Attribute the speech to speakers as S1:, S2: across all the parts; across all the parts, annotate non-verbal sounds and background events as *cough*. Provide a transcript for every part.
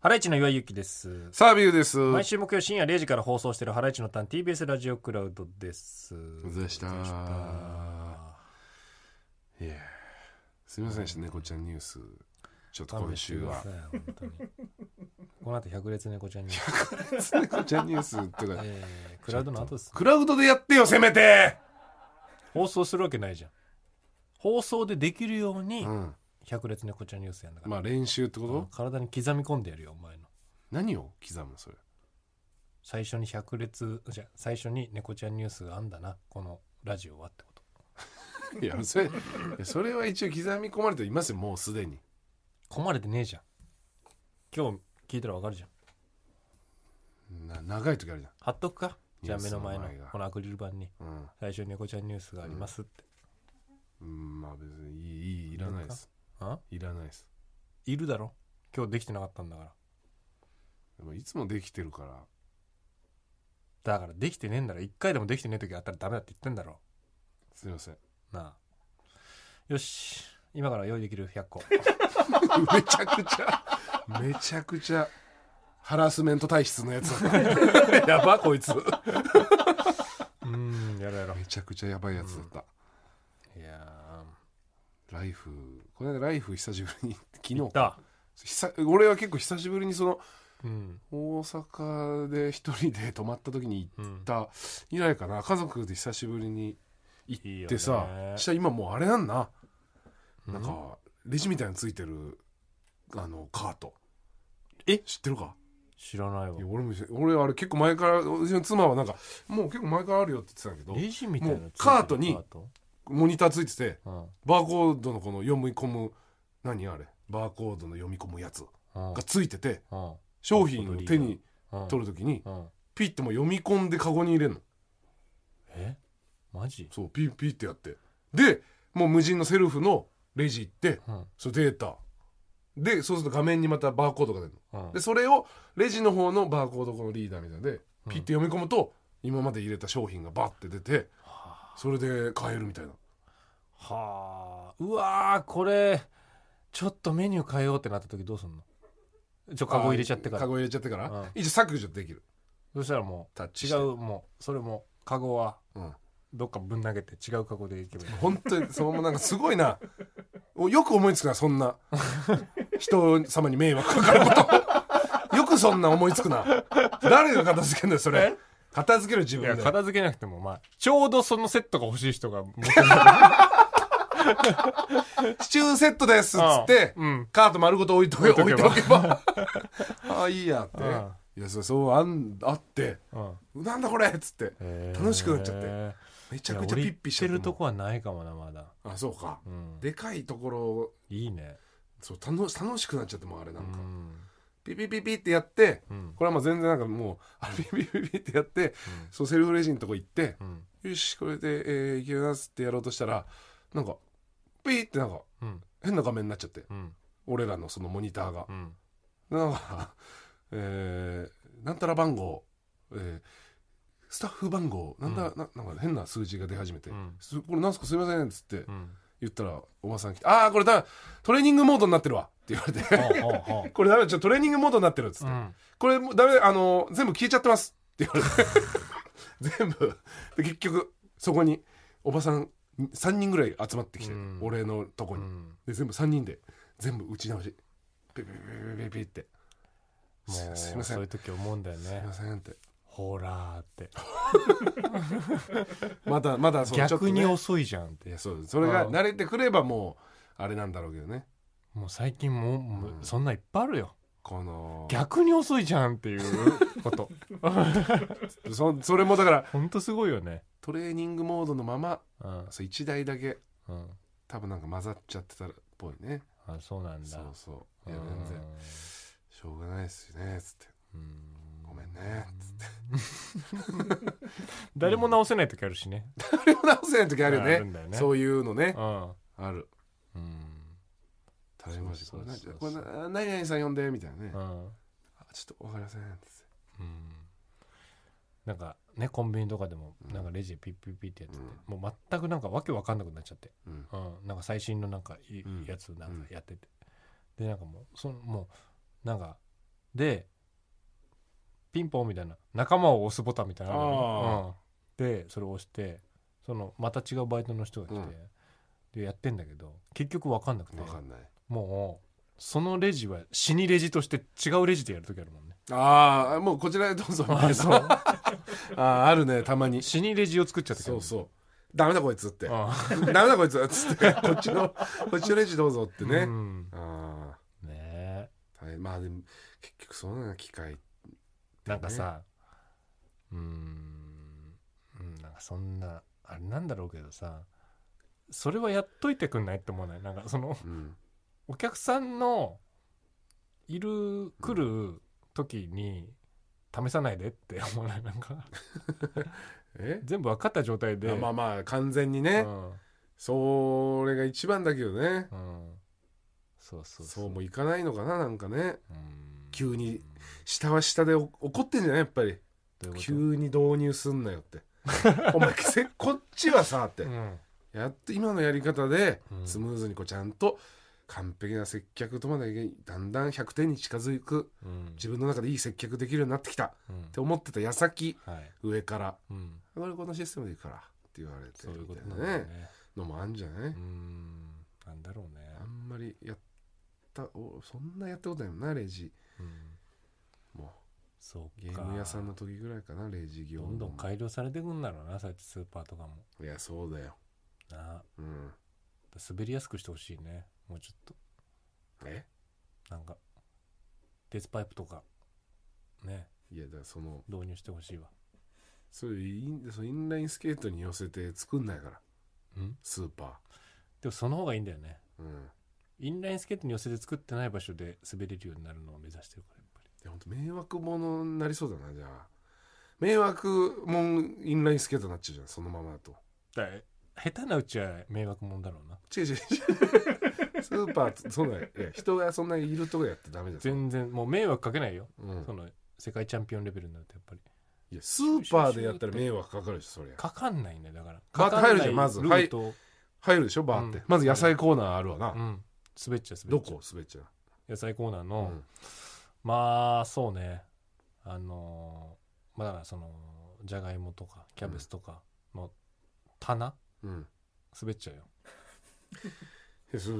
S1: ハライチの岩井ゆきです。
S2: サービューです。
S1: 毎週木曜深夜0時から放送しているハライチのターン TBS ラジオクラウドです。
S2: うざいした
S1: うざいした
S2: いやすみませんでした、猫ちゃんニュース。ちょっと今週
S1: 勘。
S2: は
S1: 弁してください本当にこの後百列猫ちゃんに、
S2: *laughs* 猫ちゃんニュースとか。
S1: えークラウドの後です。
S2: クラウドでやってよ、せめて。
S1: 放送するわけないじゃん。放送でできるように
S2: うん。
S1: 百列猫ちゃんニュースやんだから、
S2: まあ練習ってこ
S1: うん
S2: と
S1: 体に刻み込んでやるよお前の。
S2: 何を刻むのそれ。
S1: 最初に百列じゃ最初に猫ちゃんニュースがあんだなこのラジオはってこと。
S2: いや、それ、いやそれは一応刻み込まれていますよ、もうすでに。
S1: 困れてねえじゃん。今日聞いたらわかるじゃん。
S2: な長い時あるじ
S1: 貼っとくか
S2: ニ
S1: じゃあ
S2: ュー
S1: 目
S2: ス
S1: の
S2: の
S1: 前の
S2: 前が
S1: このアクリル板に
S2: ゃん。うん
S1: 最初に猫ちゃんニュースがありますって、
S2: うん。まあ別にいい、いい、いらないです。
S1: あ
S2: いらないです。
S1: いるだろ今日できてなかったんだから
S2: でもいつもできてるから。
S1: だからできてねえんだろ一回でもできてねえ時あったらダメだって言ってんだろ
S2: すみません。
S1: なあよし今から用意できる100個 *laughs*
S2: *laughs* めちゃくちゃ、めちゃくちゃ、ハラスメント体質のやつだった。やば、
S1: *laughs*
S2: こいつ。
S1: うーんやろう *laughs* やろ
S2: めちゃくちゃやばいやつだった。
S1: ういや
S2: ライフ、この間ライフ久しぶりに、
S1: ー行っ
S2: 昨日
S1: た
S2: 久、俺は結構久しぶりにその、
S1: うん
S2: 大阪で一人で泊まった時に
S1: う
S2: 行
S1: ん
S2: った以来かな、家族で久しぶりに
S1: いい
S2: 行
S1: よね
S2: ってさ、したら今もうあれなんだ。
S1: う
S2: なんか、レジみたいについてる、あの、カート。
S1: え
S2: 知ってるか
S1: 知らないわ
S2: いや俺も俺あれ結構前からうちの妻はなんかもう結構前からあるよって言ってたんだけ
S1: レジみたいなの
S2: もう
S1: ついてる
S2: カートに
S1: カート
S2: どモニターついてて
S1: うん
S2: バーコードのこの読み込む何あれバーコードの読み込むやつ
S1: うん
S2: がついてて
S1: うん
S2: 商品を手に
S1: うん
S2: 取るときに
S1: うん
S2: ピッてもう読み込んでカゴに入れるの
S1: えマジ
S2: そうピッピッてやってでもう無人のセルフのレジ行って
S1: うん
S2: そのデータでそうすると画面にまたバーコードが出るの
S1: うん
S2: でそれをレジの方のバーコードこのリーダーみたいなのでピッて読み込むと今まで入れた商品がバッて出てそれで買えるみたいな
S1: はあうわーこれちょっとメニュー変えようってなった時どうすんのちょカゴ入れちゃってか
S2: カ
S1: ら
S2: ゴ入れちゃってから、
S1: うん
S2: 一応削除できる
S1: そしたらも
S2: タッ
S1: う
S2: チ
S1: 違
S2: して
S1: うもうそれもカゴは
S2: うん、
S1: どっかぶん投げて違うカゴでいけばいい
S2: 本当にそのなんかすごいなおよく思いつくなそんな人様に迷惑かかることよくそんな思いつくな誰が片付けんだよそれ片付ける自
S1: い
S2: 分
S1: や
S2: で
S1: 片付けなくてもまあちょうどそのセットが欲しい人が持ってる
S2: シチューセットですっつって、
S1: うん
S2: カート丸ごと置いとけ
S1: 置
S2: 置
S1: い
S2: い
S1: と
S2: て
S1: けば
S2: お
S1: *laughs*
S2: けばああいいやって、
S1: うん
S2: いやそそうあんあって
S1: うん
S2: なんだこれっつって楽しくなっちゃって
S1: め
S2: めちゃくちゃピッピし
S1: して
S2: ちゃ
S1: る
S2: った
S1: とこはないかもなまだ
S2: あそうか、
S1: うん
S2: でかいところ
S1: いいね
S2: そう楽し楽しくなっちゃってもうあれなんか、
S1: うん
S2: ピピピピってやって
S1: うん
S2: これはもう全然なんかもうあピピピピってやって、そうセルフレジのとこ行って
S1: う、ん
S2: よしこれで、えー、いけますってやろうとしたらなんかピーってなんか
S1: うん
S2: 変な画面になっちゃって
S1: うん
S2: 俺らのそのモニターが
S1: う、ん
S2: なんか、 *laughs* えー、なんたら番号、えースタッフ番号なんだ、ななんか変な数字が出始めて「
S1: うん
S2: すこれなんすかすいません」っつって、
S1: うん
S2: 言ったらおばさん来て「ああこれだトレーニングモードになってるわ」って言われて *laughs*
S1: ほうほうほう
S2: これダメちょっとトレーニングモードになってるっつって、
S1: うん
S2: これもうダメあの全部消えちゃってますって言われて
S1: *laughs*
S2: 全部で結局そこにおばさん3人ぐらい集まってきて、
S1: うん
S2: 俺のとこ
S1: う
S2: に、
S1: ん
S2: で全部3人で全部打ち直しピピピピピピって「すい
S1: も
S2: ま
S1: う
S2: せんすいません
S1: そういう時思うんだよ
S2: すい
S1: ね
S2: ません」って
S1: ほらーって
S2: まだま *laughs* だそのちょっ
S1: 逆
S2: とね
S1: に遅いじゃんって
S2: いやそうそれが慣れてくればもうあれなんだろうけどね
S1: もう最近もうもう
S2: うん
S1: そんないっぱいあるよ
S2: この
S1: 逆に遅いじゃんっていうこと
S2: *laughs* そそれもだから
S1: ほんとすごいよね
S2: トレーニングモードのまま
S1: うん
S2: そう1台だけ
S1: うん
S2: 多分なんか混ざっちゃってたっぽいね
S1: あそうなんだ
S2: そうそういや全然しょうがないですよねつって
S1: うん
S2: ごめんね
S1: *laughs* 誰も直せない時あるしね
S2: 誰も直せない時あるよ
S1: あるんだよ
S2: ね
S1: ね
S2: そういうのね
S1: うん
S2: ある
S1: うん
S2: 頼みました
S1: そ
S2: こ
S1: う
S2: れ
S1: そう
S2: な
S1: そう
S2: これな何々さん呼んでみたいなね
S1: うん
S2: あちょっとわかりませんつっ
S1: うんなんかねコンビニとかでも
S2: うん
S1: なんかレジピッピッピッってやってて
S2: う
S1: もう全くなんかわけわかんなくなっちゃって
S2: てうん
S1: うん、なんか最新のなんかいい
S2: うん
S1: やつなんかやってて、でなんかもうそのもうなんかでピンポンみたいな仲間を押すボタンみたいなのあるのね、うんでそれを押してそのまた違うバイトの人が来て、
S2: うん
S1: でやってんだけど結局分かんなくて
S2: 分かんない
S1: もうそのレジは死にレジとして違うレジでやる時あるもん
S2: *laughs*
S1: ね
S2: ああもうこちらへどうぞみたい
S1: *laughs*
S2: な
S1: そう
S2: あああるねたまに
S1: 死にレジを作っちゃった時あ
S2: そ
S1: る
S2: うそうダメだこいつって
S1: うん
S2: *laughs* ダメだこいつっつって *laughs* こっちのこっちのレジどうぞってね、
S1: うん
S2: あ
S1: ねえ
S2: あ大変まあでも結局そうなの機械
S1: なんかさ、うーんうんなんかそんなあれなんだろうけどさそれはやっといてくんないって思わないなんかその
S2: うん
S1: お客さんのいる来る時に試さないでって思わないなんか
S2: え
S1: 全部分かった状態で
S2: あまあまあ完全にね、
S1: うん
S2: それが一番だけどね
S1: うんそうそう
S2: そうもいかないのかななんかね
S1: うん
S2: 急に下は下でお怒ってんじゃないやっぱり
S1: どういうこと
S2: 急に導入すんなよって
S1: *laughs*
S2: お前せこっちはさって、
S1: うん
S2: やっと今のやり方で
S1: うん
S2: スムーズにこうちゃんと完璧な接客とまでいけだんだん100点に近づく
S1: うん
S2: 自分の中でいい接客できるようになってきた
S1: うん
S2: って思ってた矢先
S1: はい
S2: 上から
S1: うん
S2: 「これこのシステムでいくから」って言われて
S1: そうい
S2: み
S1: うこと
S2: たい
S1: な
S2: なん
S1: だよ
S2: ね
S1: ね
S2: のもあんじゃな
S1: う
S2: い
S1: んなんだろうね
S2: あんまりやったおそんなやったことないもんなレジ
S1: うん
S2: も
S1: そう
S2: うゲーム屋さんの時ぐらいかなレジ業
S1: ど
S2: も
S1: んどん改良されてくんだろうなそうやってスーパーとかも
S2: いやそうだよ
S1: な
S2: うん
S1: 滑りやすくしてほしいねもうちょっと
S2: え
S1: なんか鉄パイプとかね
S2: いやだからその
S1: 導入してほしいわ
S2: そういうインそのインラインスケートに寄せて作んないから
S1: うん
S2: スーパ
S1: でもその方がいいんだよね
S2: ーうん
S1: インラインスケートに寄せて作ってない場所で滑れるようになるのを目指してるからやっぱり
S2: いや本当迷惑者になりそうだなじゃあ迷惑もんインラインスケートになっちゃうじゃんそのままだと
S1: だから下手なうちは迷惑者だろうな
S2: 違う違う
S1: *laughs*
S2: 違うスーパーとそんないや人がそんなにいるとこやってダメじゃん、
S1: 全然もう迷惑かけないよ、
S2: うん
S1: そ、の世界チャンピオンレベルになるとやっぱり
S2: いやスーパーでやったら迷惑かかるでしょそりゃ
S1: かかんないねだから
S2: バー
S1: か
S2: って
S1: かん
S2: 入る
S1: な
S2: じゃ
S1: い
S2: んまず
S1: ルートを
S2: 入るでしょバーって、
S1: うん
S2: まず野菜コーナーあるわな、
S1: うん滑っちゃう滑
S2: ど
S1: っちゃう
S2: こ滑っちゃう
S1: 野菜コーナー
S2: う
S1: の、
S2: ん
S1: まあそうねあのーまあだからそのじゃがいもとかキャベツとかの棚、
S2: うん
S1: 滑っちゃうよ
S2: えそれ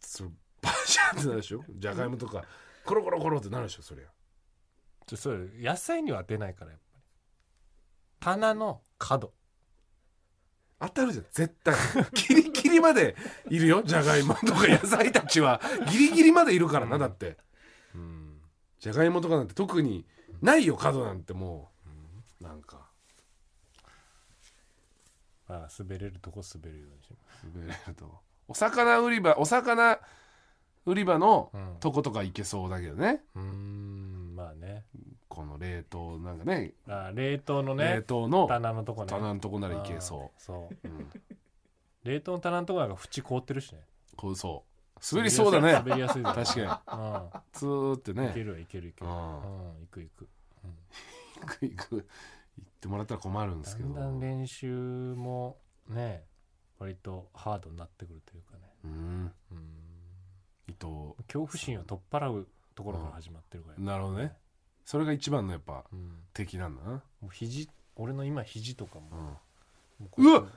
S2: それバシャンってなるでしょじゃがいもとかコロコロコロってなるでしょそりゃ
S1: ちょそれ野菜には当てないからやっぱり棚の角
S2: 当たるじゃん絶
S1: *laughs*
S2: 対ギリギリまでいるよじゃがいもとか野菜たちはギリギリまでいるからな、
S1: うん
S2: だって
S1: うん、
S2: じゃがいもとかなんて特にないよ角なんてもうなんか
S1: まあ、滑れるとこ滑るようにします
S2: 滑れるとお魚売り場お魚売り場の
S1: うん
S2: とことか行けそうだけどね
S1: うーんまあね
S2: この冷凍なんかね
S1: あ冷凍の
S2: 冷
S1: ね
S2: 凍の
S1: 棚のとこね
S2: 棚のとこなら行けそ
S1: あーそう
S2: う、うん、
S1: 冷凍の棚のとこなんか縁凍ってるしね
S2: こうそう滑りそうだね
S1: 滑りやすい
S2: 確かに
S1: か
S2: ツーって
S1: に、うん、いけ
S2: ね
S1: るわいけるいける
S2: う
S1: うん
S2: ん
S1: 行く行く、うん
S2: 行く行く行ってもらったら困るんです
S1: だ
S2: けど
S1: んだん練習もね割とハードになってくるというかね
S2: うん
S1: うん
S2: 伊藤
S1: 恐怖心を取っ払うところから始まってるから、
S2: なるほどねそれが一番のやっぱ
S1: うん、
S2: 敵なんだな、
S1: もう肘俺の今肘とかも,、
S2: うん、
S1: もこいつ
S2: うわ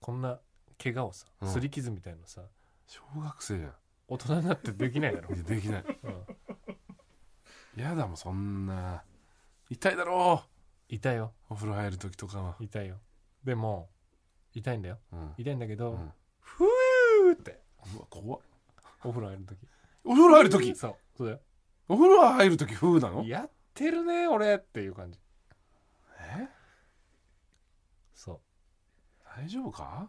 S1: こんな怪我をさ
S2: うん
S1: 擦り傷みたいのさ、
S2: 小学生じゃ
S1: 大人になってできないだろ
S2: *laughs* んいやできない
S1: うん
S2: やだもんそんな痛いだろ
S1: 痛いよ
S2: うお風呂入る時とかは、
S1: 痛いよでも痛いんだよ
S2: うん
S1: 痛いんだけど、
S2: うん
S1: ふうーって
S2: うわ怖っ
S1: お風呂入る時
S2: お風呂入る時
S1: そうそうだよ
S2: お風呂入る時風なの
S1: やってるね俺っていう感じ
S2: え
S1: そう
S2: 大丈夫か、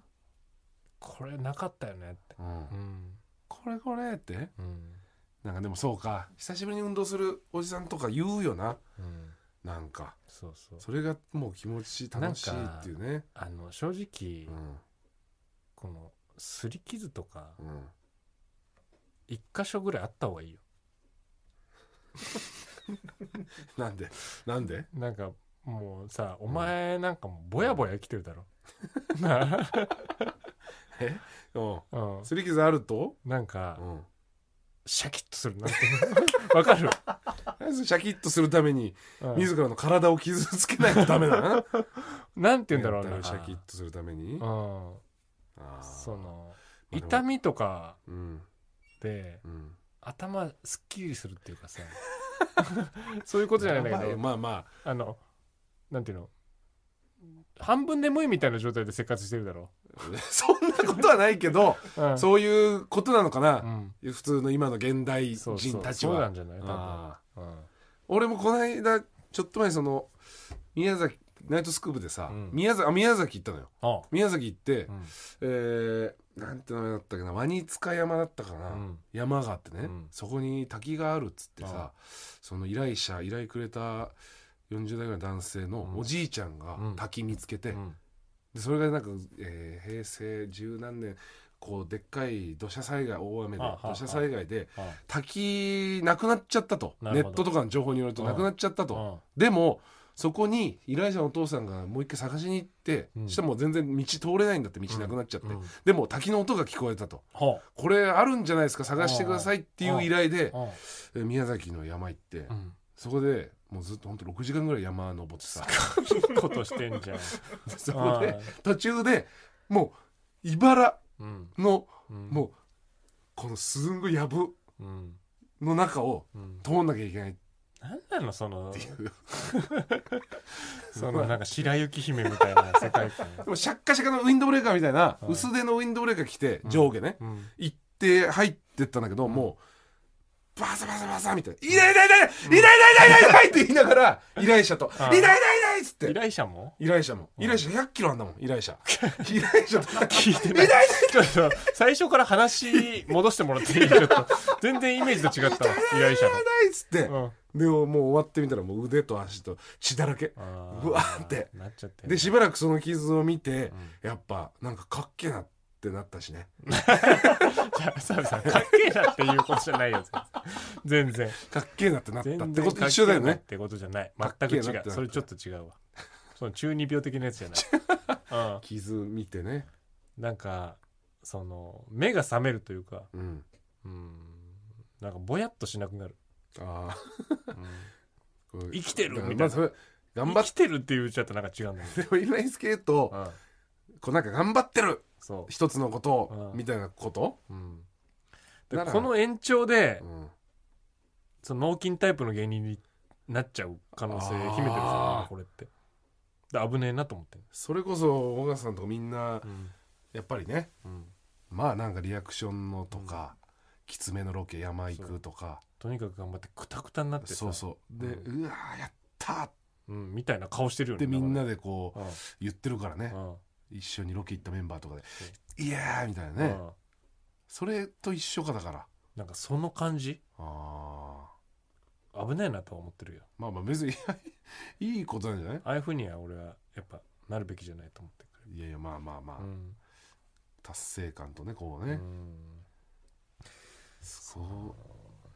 S1: これなかったよねって
S2: うん
S1: うん
S2: これこれって
S1: うん
S2: なんかでもそうか久しぶりに運動するおじさんとか言うよな
S1: うん
S2: なんか
S1: そうそう
S2: それがもう気持ち楽しいっていうね
S1: あの正直、
S2: うん
S1: この擦り傷とか
S2: うん
S1: 一箇所ぐらいあった方がいいよ
S2: なんでなんで
S1: なんかもうさお前なんかもうボヤボヤ生きてるだろ、な
S2: えうん
S1: うん
S2: すり傷あると
S1: なんか
S2: うん
S1: シャキッとするなんて *laughs* いうのわかる、
S2: シャキッとするために
S1: うん
S2: 自らの体を傷つけないとダメ
S1: *laughs*
S2: だなっ
S1: なんて言うんだろうね
S2: シャキッとするために
S1: うん
S2: あー
S1: その
S2: あでも
S1: 痛みとか
S2: うん
S1: で
S2: うん
S1: 頭すっきりするっていうかさ *laughs* そういうことじゃないんだけ
S2: まあ
S1: ど
S2: まあまあ *laughs*
S1: あのなんていうの半分眠いみたいな状態で生活してるだろ、
S2: そんなことはないけど
S1: うん、
S2: そういうことなのか
S1: う
S2: な、
S1: ん
S2: 普通の今の現代
S1: そう
S2: 人たち
S1: そうそうな
S2: は
S1: んじゃない多分
S2: あー
S1: うん
S2: 俺もこの間ちょっと前その宮崎ナイトスクープでさ、
S1: うん
S2: 宮崎あ宮崎行ったのよ
S1: あ
S2: 宮崎行って、
S1: うん
S2: えーなんて名前だったっけなワニ塚山だったかな、
S1: うん
S2: 山があってね、
S1: うん
S2: そこに滝があるっつって
S1: あ
S2: さその依頼者依頼くれた40代ぐらいの男性の
S1: うん
S2: おじいちゃんが
S1: うん
S2: 滝見つけて、
S1: うん
S2: でそれがなんか、えー平成十何年こうでっかい土砂災害大雨で
S1: あはあ
S2: 土砂災害で
S1: あ
S2: 滝なくなっちゃったと
S1: な
S2: ネ
S1: るほど
S2: ットとかの情報によると
S1: うん
S2: なくなっちゃったと、
S1: うん
S2: でもそこに依頼者のお父さんがもう一回探しに行って、
S1: うん
S2: したらもう全然道通れないんだって道なくなっちゃって、
S1: うん
S2: でも滝の音が聞こえたと
S1: ほ
S2: これあるんじゃないですか探してくださいっていう依頼で
S1: う
S2: え宮崎の山行って、
S1: うん
S2: そこでもうずっとほんと6時間ぐらい山登ってさ
S1: いいことしてんじ *laughs* ゃん
S2: *laughs* そこで途中でもう茨
S1: うん
S2: の
S1: うん
S2: もうこのすんごい藪
S1: うん
S2: の中を
S1: うん
S2: 通んなきゃいけない
S1: なんなのその
S2: っていう
S1: *laughs* そのなんか白雪姫みたいな世界観
S2: でもシャッカシャカのウィンドブレーカーみたいな
S1: うん
S2: 薄手のウィンドブレーカー着て上下ね、
S1: うん
S2: 行って入ってったんだけど、
S1: ん
S2: もうバサバサバサみたいな「いないいないいないいないいないいないいない」って言いながら依頼者と「い
S1: あ
S2: ないいないいない」っつ
S1: 依
S2: って
S1: 頼者も
S2: 依頼者も
S1: うん
S2: 依頼者100キロあんだもん依頼者依頼者と
S1: 聞いて
S2: いないいない
S1: ちょっと最初から話戻してもらっていいちょっと全然イメージと違ったわ依頼者
S2: ないっつって
S1: の
S2: でもう終わってみたらもう腕と足と血だらけ
S1: うんあー
S2: うわーって
S1: なっちゃって
S2: でしばらくその傷を見て
S1: うん
S2: やっぱなんかかっけえなってなったしね
S1: じゃあ澤部さんかっけえなっていうことじゃないよ全然
S2: かっけえなってなったっ
S1: 全
S2: て
S1: 然
S2: こと一緒だよ
S1: かっけえなっ
S2: ね
S1: てことじゃない
S2: かっ
S1: 全
S2: け
S1: く
S2: えな
S1: 違
S2: ってなった
S1: うそれちょっと違うわその中二病的なやつじゃ
S2: *laughs*
S1: ない
S2: 傷見てね
S1: うんなんかその目が覚めるというか
S2: うん
S1: うんなんかぼやっとしなくなる
S2: ああ
S1: 生きてるみたいな
S2: まあそれ頑張
S1: 生き
S2: っ
S1: てるって言っちゃったらなんか違うんだよね
S2: でもインラインスケート
S1: うん
S2: こうなんか頑張ってる
S1: そ
S2: 一つのことを
S1: うん
S2: みたいなこと、
S1: う、うん、で
S2: なら
S1: この延長で
S2: うん
S1: その脳筋タイプの芸人になっちゃう可能性秘めてるじゃ
S2: あー
S1: んこれってで危ねえなと思ってる、
S2: それこそ小川さんとかみんな
S1: うん
S2: やっぱりね
S1: うん
S2: まあなんかリアクションのとか、きつめのロケ山行くとか
S1: とにかく頑張ってクタクタになってさ
S2: そうそうで、うわーやったーっ
S1: うん、みたいな顔してるよね
S2: てみんな
S1: で
S2: でこう
S1: うん
S2: 言ってるからね、
S1: うん
S2: 一緒にロケ行ったメンバーとかで
S1: そ
S2: 「いやー」みたいな
S1: う
S2: ね、
S1: ん
S2: それと一緒かだから
S1: なんかその感じ
S2: あー
S1: 危ねえなとは思ってるよ
S2: まあまあ別に *laughs* いいことなんじゃない
S1: ああいうふうには俺はやっぱなるべきじゃないと思ってく
S2: いやいやまあまあまあ、
S1: る、うん
S2: 達成感とねこうね、
S1: うん
S2: そう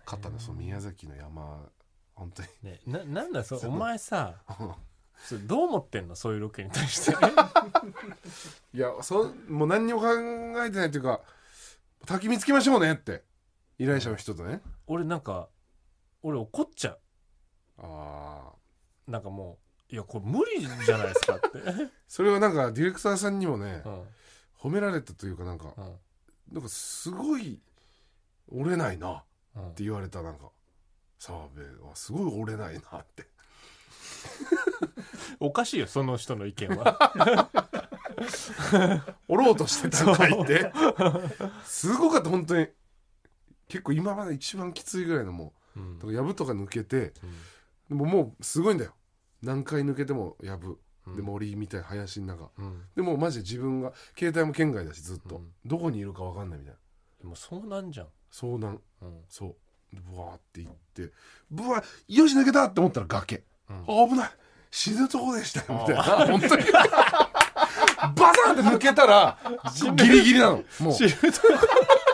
S2: 勝ったねその宮崎の山本当に
S1: ね、ななんだそれ
S2: そう
S1: お前さ
S2: *laughs*
S1: それどう思ってんのそういうロケに対して
S2: いやそうもう何にも考えてないというか滝見つけましょうねって依頼者の人とね
S1: 俺なんか俺怒っちゃ
S2: ああ
S1: うなんかもういやこれ無理じゃないですかって、
S2: それはなんかディレクターさんにもね
S1: *laughs* うん
S2: 褒められたというかなんか
S1: うん
S2: なんかすごい折れないなっ
S1: うん
S2: て言われたなんか澤部はすごい折れないなって
S1: おかしいよその人の意見 *laughs* は
S2: 折ろうとしてたんかいってすごかった本当に結構今まで一番きついぐらいのも
S1: うん
S2: うやぶとか抜けて
S1: うん
S2: でももうすごいんだよ何回抜けてもやぶ
S1: うん
S2: で森みたいな林の中
S1: うん
S2: でもうマジで自分が携帯も県外だしずっと、
S1: うん
S2: どこにいるか分かんないみたいな
S1: でもそうなんじゃん、
S2: 遭難
S1: うん
S2: そうでブワーって行ってブワーよし抜けたって思ったら崖、
S1: うん
S2: あ危ない死ぬとこでしたよみたいな本当に *laughs* バサンって抜けたらギリギリなのもう
S1: 知ると *laughs*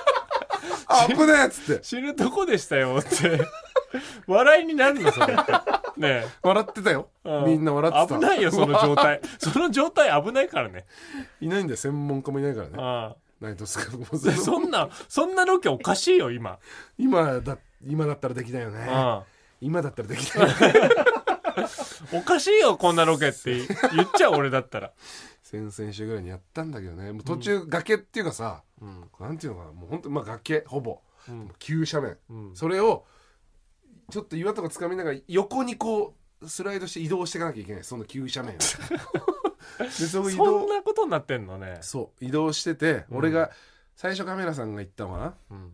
S2: あ危ねえっつって
S1: 知るとこでしたよって *laughs* 笑いになるのそれってねえ
S2: 笑ってたよ
S1: う
S2: みんな笑ってた
S1: 危
S2: *laughs*
S1: ないよその状態その状態危ないからね
S2: いないんだよ専門家もいないからね
S1: ああ
S2: ないとすかもうその
S1: そ *laughs* んなそんなロケおかしいよ今、
S2: 今だ今だったらできないよね、
S1: う
S2: 今だったらできないよ
S1: *laughs*
S2: ね
S1: ん、おかしいよこんなロケって言っちゃう俺だったら、
S2: 先々週ぐらいにやったんだけどねもう途中崖っていうかさ、
S1: うん
S2: なんていうのかなもう本当まあ崖ほぼ
S1: うん
S2: 急斜面、
S1: うん
S2: それをちょっと岩とか掴みながら横にこうスライドして移動していかなきゃいけないその急
S1: *laughs*
S2: 斜面をでその移
S1: そん
S2: 動
S1: なことになってんのね、
S2: そう移動してて、
S1: うん
S2: 俺が最初カメラさんが行ったわ
S1: うん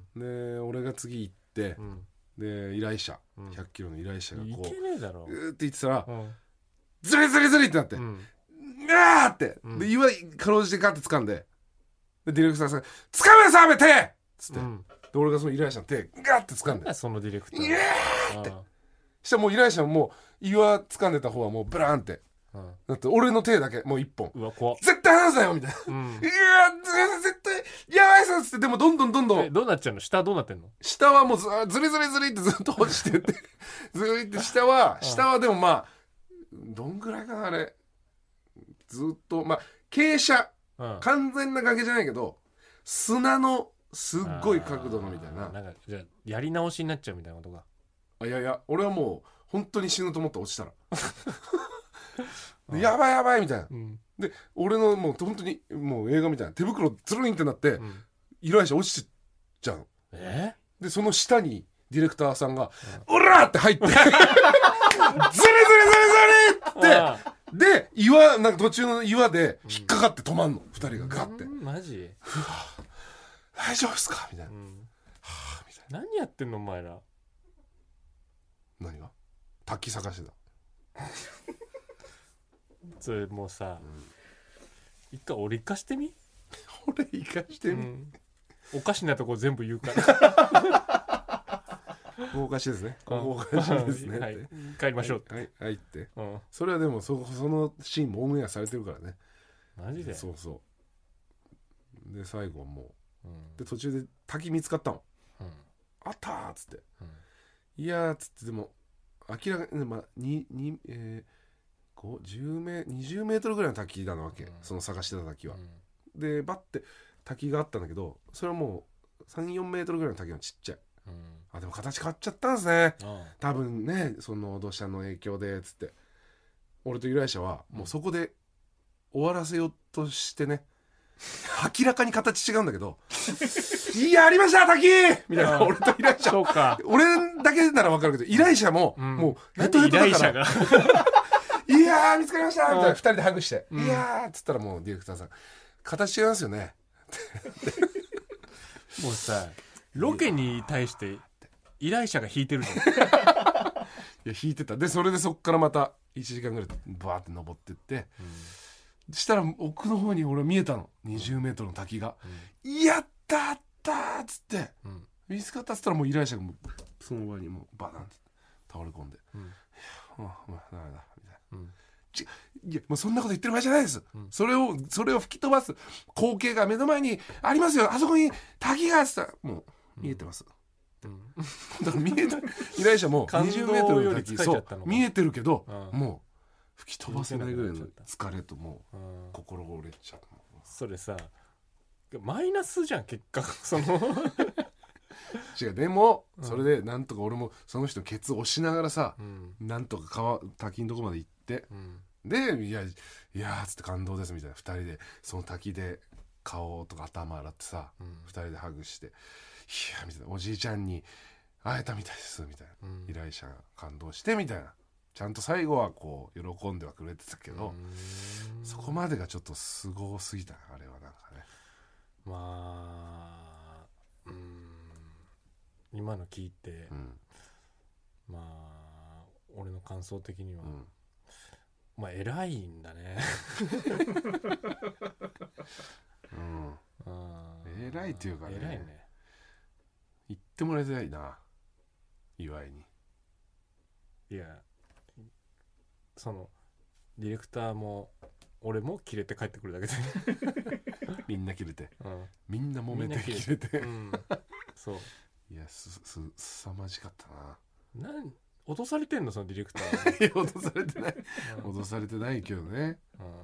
S2: で俺が次行って
S1: う、ん、
S2: で依頼者
S1: うん
S2: 1 0 0キロの依頼者が
S1: い
S2: こ
S1: けねえだろ
S2: ううーって言ってたら
S1: うん
S2: ズリズリズリってなって、
S1: うん
S2: うわーって、
S1: うん
S2: で岩かろうじてガッて掴んででディレクターさんが「掴め掴め手!」っつって、
S1: うん
S2: で俺がその依頼者の手ガッて掴んで
S1: なんだそのディレクタ
S2: いや
S1: ーって
S2: したらもう依頼者ももう岩掴んでた方はもうブラーンってだって俺の手だけもう一本
S1: うわ怖っ
S2: 絶対離すなよみたいな
S1: うん
S2: 「いやー絶対やばいさ」っつってでもどんどんどんど
S1: え
S2: ん
S1: どうなっちゃうの下どうなってんの
S2: 下はもうずずりずりずりってずっと落ちてって *laughs* ずりって下は
S1: うん
S2: 下はでもまあどんぐらいかなあれずっとまあ傾斜
S1: うん
S2: 完全な崖じゃないけど砂のすっごい角度のみたい
S1: あー
S2: な
S1: なんかじゃあやり直しになっちゃうみたいなことが
S2: あいやいや俺はもう本当に死ぬと思った落ち
S1: *laughs*
S2: たら
S1: うん
S2: でやばいやばいみたいな
S1: うん
S2: で俺のもう本当にもう映画みたいな手袋つるんってなって
S1: うん
S2: 依頼者落ちてっちゃうの
S1: え
S2: でその下にディレクターさんが「オラ!」って
S1: *laughs*
S2: 入って「ズリズリズリズリ!」って
S1: あ
S2: で岩なんか途中の岩で引っかかって止まんの2人がガッて
S1: うんマジ
S2: 「大丈夫っすか?」みたいうなんはあみたい
S1: 何やってんのお前ら
S2: な何が滝探してた
S1: それもうさ一回俺行かしてみ
S2: 俺生かして
S1: う
S2: み
S1: んおかしなとこ全部言う
S2: *laughs*
S1: から
S2: 豪華しですね豪
S1: うん
S2: 華しですね
S1: は
S2: っ
S1: い
S2: て
S1: 帰りましょう
S2: はいはいって
S1: うん
S2: それはでもそそのシーンもオンエアされてるからね
S1: マジで
S2: そうそうで最後はも
S1: うん
S2: うで途中で滝見つかったの
S1: うん
S2: あったーっつって
S1: うん
S2: いやーっつってでも明らかにまあににえーこう10メ20メートルぐらいの滝なわけ、
S1: うん
S2: その探してた滝は
S1: う、ん
S2: でバッて滝があったんだけどそれはもう34メートルぐらいの滝のちっちゃい
S1: うん
S2: あでも形変わっちゃったんですね
S1: あ
S2: 多分ねその土砂の影響でつって俺と依頼者はもうそこで終わらせようとしてね明らかに形違うんだけど「いやありました滝!」みたいな
S1: うん
S2: 俺と依頼
S1: あ
S2: 者
S1: そうか
S2: 俺だけなら分かるけど依頼者も
S1: うん
S2: もう
S1: *laughs* な
S2: ヘ
S1: ん
S2: ト
S1: で
S2: ヘ
S1: 依
S2: トだ
S1: 頼
S2: か
S1: 者
S2: ら
S1: が
S2: 「いやー見つかりました」みたいな
S1: うん
S2: 2人でハグして「
S1: うん
S2: いやー」っつったらもうディレクターさん「形違いますよね
S1: *laughs* もうさロケに対して依頼者が引いてるじゃん」
S2: いや引いてたでそれでそっからまた1時間ぐらいバーって登ってってしたら奥の方に俺見えたの2 0ルの滝が「やったーやったー!」っつって
S1: うんうん
S2: 見つかったっつったらもう依頼者がもうその場にもうバタンって倒れ込んで
S1: うん
S2: 「うんお前ダメだ」みたいな。
S1: うん
S2: いや、もうそんなこと言ってる場合じゃないです。
S1: うん
S2: それを、それを吹き飛ばす光景が目の前にありますよ。あそこに滝があってた。もう、見えてます。
S1: うん
S2: だから見えた。依頼者も
S1: 感動
S2: 20メートルの
S1: より疲
S2: 滝、
S1: れち
S2: そ
S1: ゃ
S2: う
S1: ったのか、
S2: 見えてるけど、
S1: うん
S2: もう、吹き飛ばせないぐらいの疲れと、もう、
S1: うん
S2: 心が折れちゃう。
S1: それさマイナスじゃん結果 *laughs* その
S2: 違う、でも、
S1: うん
S2: それで、なんとか俺も、その人のケツを押しながらさ、
S1: うん
S2: なんとか川、滝のとこまで行って、
S1: うん
S2: で、いや、いやーっつって感動ですみたいな、二人で、その滝で、顔とか頭洗ってさ、
S1: うん
S2: 二人でハグして「いや」みたいな「おじいちゃんに会えたみたいです」みたいな
S1: うん
S2: 依頼者が感動してみたいなちゃんと最後はこう喜んではくれてたけど、
S1: うん
S2: そこまでがちょっとすごすぎたなあれはなんかね
S1: まあうん今の聞いて
S2: うん
S1: まあ俺の感想的には
S2: うん
S1: まあ偉いんだね
S2: うん
S1: うん
S2: 偉いっていうかね
S1: 偉いね
S2: 言ってもらいたいな岩井に
S1: いやそのディレクターも俺もキレて帰ってくるだけで、
S2: みんな切れて
S1: うん
S2: みんな揉
S1: み
S2: め
S1: ん
S2: て
S1: な切れて
S2: 切れ
S1: う
S2: て
S1: ん、そう
S2: いやすすすさまじかったな
S1: な
S2: *laughs*
S1: ん落とされてんのそのディレクター、
S2: いや脅されてない *laughs*
S1: うん
S2: 脅されてないけどね
S1: うん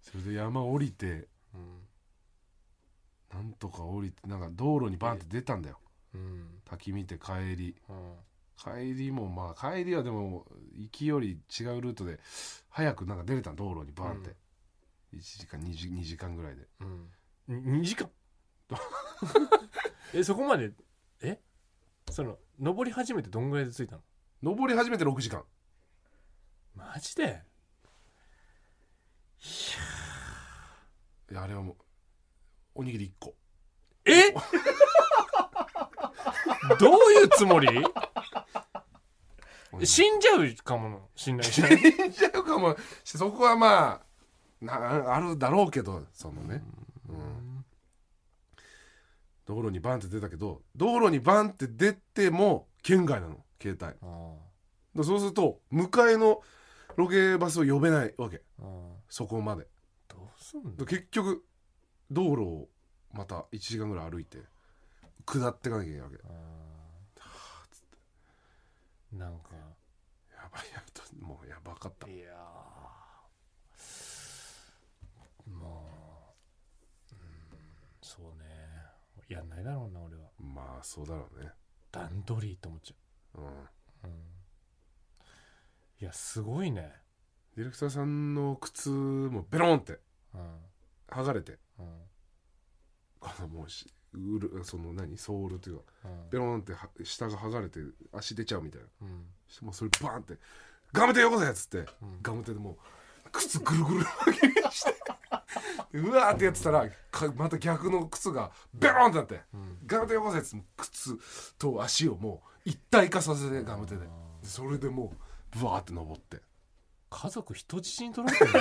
S2: それで山降りて
S1: うん
S2: なんとか降りてなんか道路にバンって出たんだよ
S1: うん
S2: 滝見て帰り
S1: うん
S2: 帰りもまあ帰りはでも行きより違うルートで早くなんか出れたの道路にバンって、1時間 2, 時2時間ぐらいで
S1: うんに2時間 *laughs* えそこまでえその登り始めてどんぐらいで着いたの
S2: 登り始めて6時間
S1: マジで
S2: いやあれはもうおにぎり1個
S1: えどういうつもり
S2: おにぎり
S1: 死んじゃうかもの信頼し
S2: *laughs* 死
S1: ない
S2: んじゃうかもしそこはまあなあるだろうけどそのね、うん道路にバンって出たけど道路にバンって出ても県外なの携帯
S1: うん
S2: だそうすると迎えのロケバスを呼べないわけ
S1: うん
S2: そこまで
S1: どうすんの
S2: だ結局道路をまた1時間ぐらい歩いて下ってかなきゃいけないわけや
S1: うんなんか
S2: ばいやばいもうやばかった
S1: いやーもう、うん、そうねやんないだろうな俺は
S2: まあそうだろうね
S1: 段取りと思っちゃ
S2: うん
S1: う、うん、いやすごいね
S2: ディレクターさんの靴もベロンって
S1: うん
S2: 剥がれて
S1: うん
S2: このもうしうるその何ソールというか
S1: うん
S2: ベロンっては下が剥がれて足出ちゃうみたいな
S1: うん
S2: してもうそれバーンって「ガムテよこせ!」っつって
S1: うん
S2: ガムテでもう靴ぐるぐる巻きにしてうわーってやってたらかまた逆の靴がベロンってなって
S1: うん
S2: ガムテよこせっつって靴と足をもう一体化させてガムテで
S1: あー
S2: それでもうブワーって登って
S1: 家族人質に取られてる、
S2: で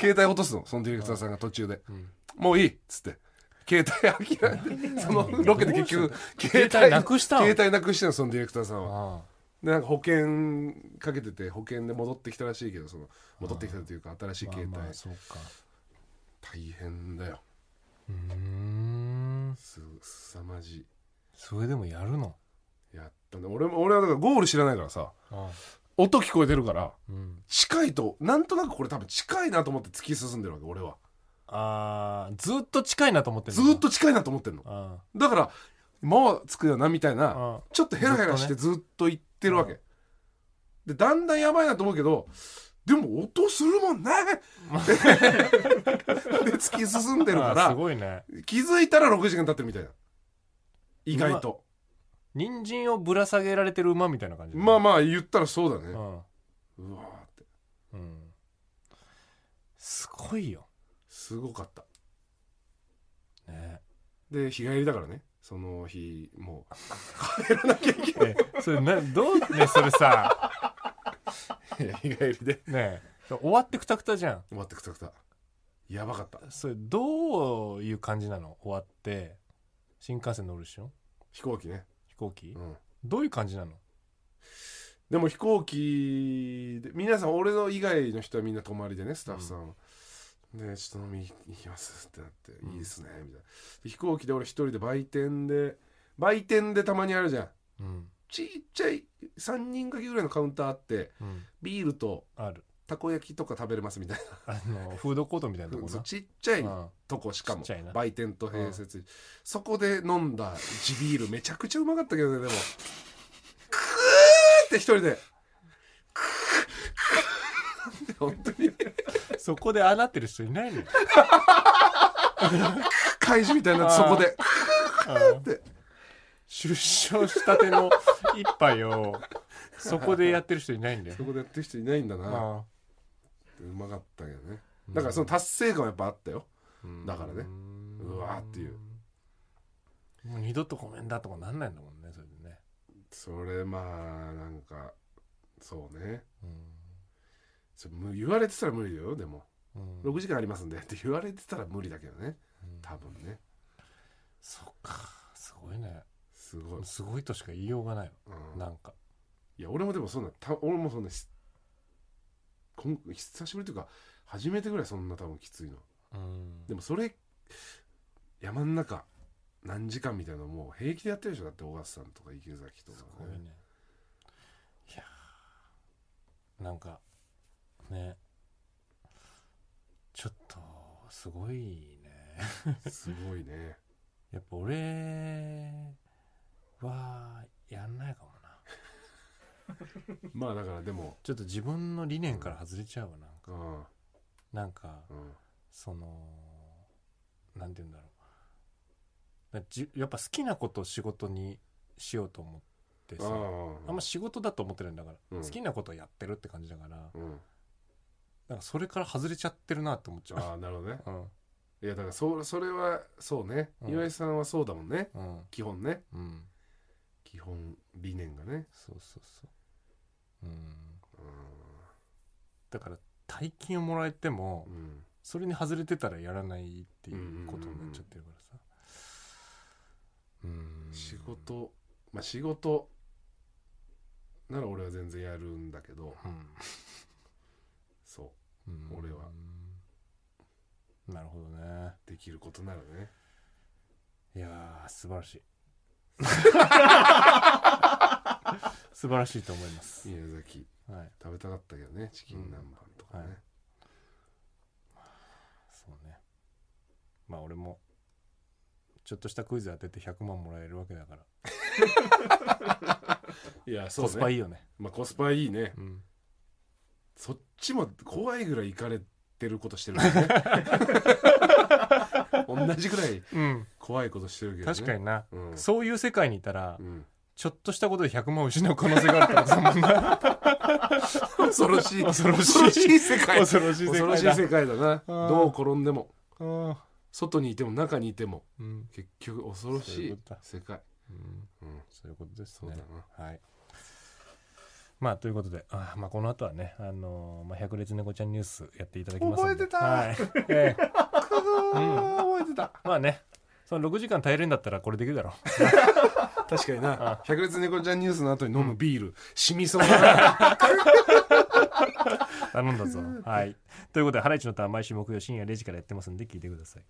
S2: 携帯落とすのそのディレクターさんが途中で
S1: うん
S2: 「もういい」っつって携帯諦めてそのロケで結
S1: ど
S2: 局
S1: う
S2: 携
S1: 携帯なくしたの
S2: 携帯なくしたのそのディレクターさんは。
S1: あ
S2: でなんか保険かけてて保険で戻ってきたらしいけどその戻ってきたというか新しい
S1: ーまあ
S2: 携帯、
S1: まあそうか
S2: 大変だよ
S1: うーん
S2: す凄まじ
S1: それでもやるの
S2: いやったね俺も俺はだからゴール知らないからさ
S1: あ
S2: 音聞こえてるから
S1: ー、うん、
S2: 近いとなんとなくこれ多分近いなと思って突き進んでるわけ俺は
S1: あーずっと近いなと思ってる
S2: ずーっと近いなと思ってるの
S1: あ
S2: だからもう着くよなみたい
S1: ー
S2: な
S1: あ
S2: ちょっとヘラヘラしてずっと行ってるわけ、でだんだんやばいなと思うけどでも音するもんねで突き進んで
S1: ー
S2: るか
S1: あー
S2: ら
S1: すごいね
S2: 気づいたら6時間経ってるみたいな意外と
S1: 人参をぶら下げられてる馬みたいな感じ
S2: まあまあ言ったらそうだね
S1: あ
S2: うわーって
S1: うん、うん、すごいよ
S2: すごかった
S1: ね
S2: で日帰りだからねその日もう帰らなきゃいけ
S1: えそれなどうねそれさ
S2: ない *laughs* 日帰りで
S1: ねえ終わってくたくたじゃん
S2: 終わってくたくたやばかった
S1: それどういう感じなの終わって新幹線乗るでしょ
S2: 飛行機ね、
S1: 飛行機、
S2: うん、
S1: どういう感じなの
S2: でも飛行機で皆さん俺の以外の人はみんな泊まりでねスタッフさんは、でちょっと飲みに行きますってなって、
S1: うん
S2: いいですねみたいなで飛行機で俺一人で売店で売店でたまにあるじゃ
S1: う
S2: ん
S1: ん
S2: ちっちゃい3人掛けぐらいのカウンターあって
S1: うん
S2: ビールと
S1: ある
S2: たこ焼きとか食べれますみたい
S1: あのフードコートみたいなとこ
S2: な
S1: な
S2: ちっちゃい
S1: うん
S2: とこしか
S1: ち
S2: も
S1: っちゃいな
S2: 売店と併設、そこで飲んだ地ビールめちゃくちゃうまかったけどねでもクーって一人でクークーって本当に
S1: そこでああなってる人いないの
S2: *laughs*
S1: よ
S2: 開示みたいになってそこで
S1: うん出生したての一杯をそこでやってる人いないんだよ
S2: そこでやってる人いないんだな
S1: あ
S2: うまかったけどね
S1: あ
S2: だからその達成感はやっぱあったよだからね
S1: ん
S2: うわーっていう
S1: もう二度とごめんだとかなんないんだもんねそれでね、
S2: それまあなんかそうねそれむ言われてたら無理だよでも
S1: うんうん
S2: 6時間ありますんで *laughs* って言われてたら無理だけどね
S1: うん
S2: 多分ね
S1: そっかすごいね
S2: すごい、
S1: すごいとしか言いようがない
S2: うん
S1: なんか
S2: いや俺もでもそんなた俺もそんなしこん久しぶりというか初めてぐらいそんな多分きついの
S1: うん
S2: でもそれ山ん中何時間みたいなのもう平気でやってるでしょだって小笠さんとか池崎とか
S1: す
S2: ね、
S1: ごいねいやーなんかねちょっとすごいね
S2: すごいね
S1: やっぱ俺はやんないかもな
S2: まあだからでも
S1: ちょっと自分の理念から外れちゃうわなんか
S2: うん
S1: なんか
S2: うん
S1: そのなんて言うんだろうだじやっぱ好きなことを仕事にしようと思ってさ
S2: あ
S1: あんま仕事だと思ってるんだから、
S2: うん
S1: 好きなことをやってるって感じだから、
S2: うん
S1: なんかそれから外れちゃってるなって思っちゃ
S2: ああなるほどね
S1: ううん
S2: いやだからそそれはそうね、
S1: うん
S2: 岩井さんはそうだもんね
S1: うん
S2: 基本ね
S1: うん
S2: 基本理念がね
S1: そうそうそううん
S2: う
S1: だから大金をもらえても
S2: ん、うん、
S1: それに外れてたらやらないっていうことになっちゃってるからさうん
S2: 仕事まあ仕事なら俺は全然やるんだけど
S1: うん、
S2: そ
S1: うん
S2: 俺は
S1: なるほどね
S2: うできることならね
S1: いやー素晴ら
S2: *laughs*
S1: しい素晴らしいと思います、
S2: 宮崎
S1: はい、
S2: 食べたかったけどねチキン南蛮とかね、
S1: はいそうねまあ俺もちょっとしたクイズ当てて100万もらえるわけだから、
S2: いやそう
S1: コ
S2: ね
S1: スパいいよね、
S2: まあ、コスパいいね
S1: うん、
S2: そっちも怖いぐらい行かれてることしてる
S1: *laughs*
S2: からね同じぐらい怖いことしてるけどね
S1: 確かにな、
S2: うん
S1: そういう世界にいたら、
S2: うん
S1: ちょっとしたことで100万失う可能性があるって
S2: *laughs*
S1: ことだもんな
S2: 恐ろしい
S1: 恐ろしい
S2: 恐ろしい世界
S1: 恐ろしい世
S2: 恐ろ
S1: 界
S2: しい
S1: だ
S2: 世界だな
S1: うん
S2: どう転んでも
S1: うん
S2: 外にいても中にいても
S1: うん
S2: 結局恐ろ
S1: そう
S2: し
S1: いう
S2: い
S1: ことだ
S2: 世界
S1: うん
S2: うん
S1: そういうことです
S2: そう
S1: ね
S2: だな
S1: はいまあということであー、まあ、この後はね、あのーまあ、百列猫ちゃんニュースやっていただきますんで
S2: 覚えて
S1: はい *laughs* え
S2: た
S1: え
S2: あー覚えてた
S1: まあねその6時間耐えれるんだったらこれできるだろ
S2: 確かにな「百列猫ちゃんニュース」の後に飲むビール染みそうだな *laughs*
S1: う頼んだぞはいということで「ハライチのターン」毎週木曜深夜0時からやってますんで聞いてください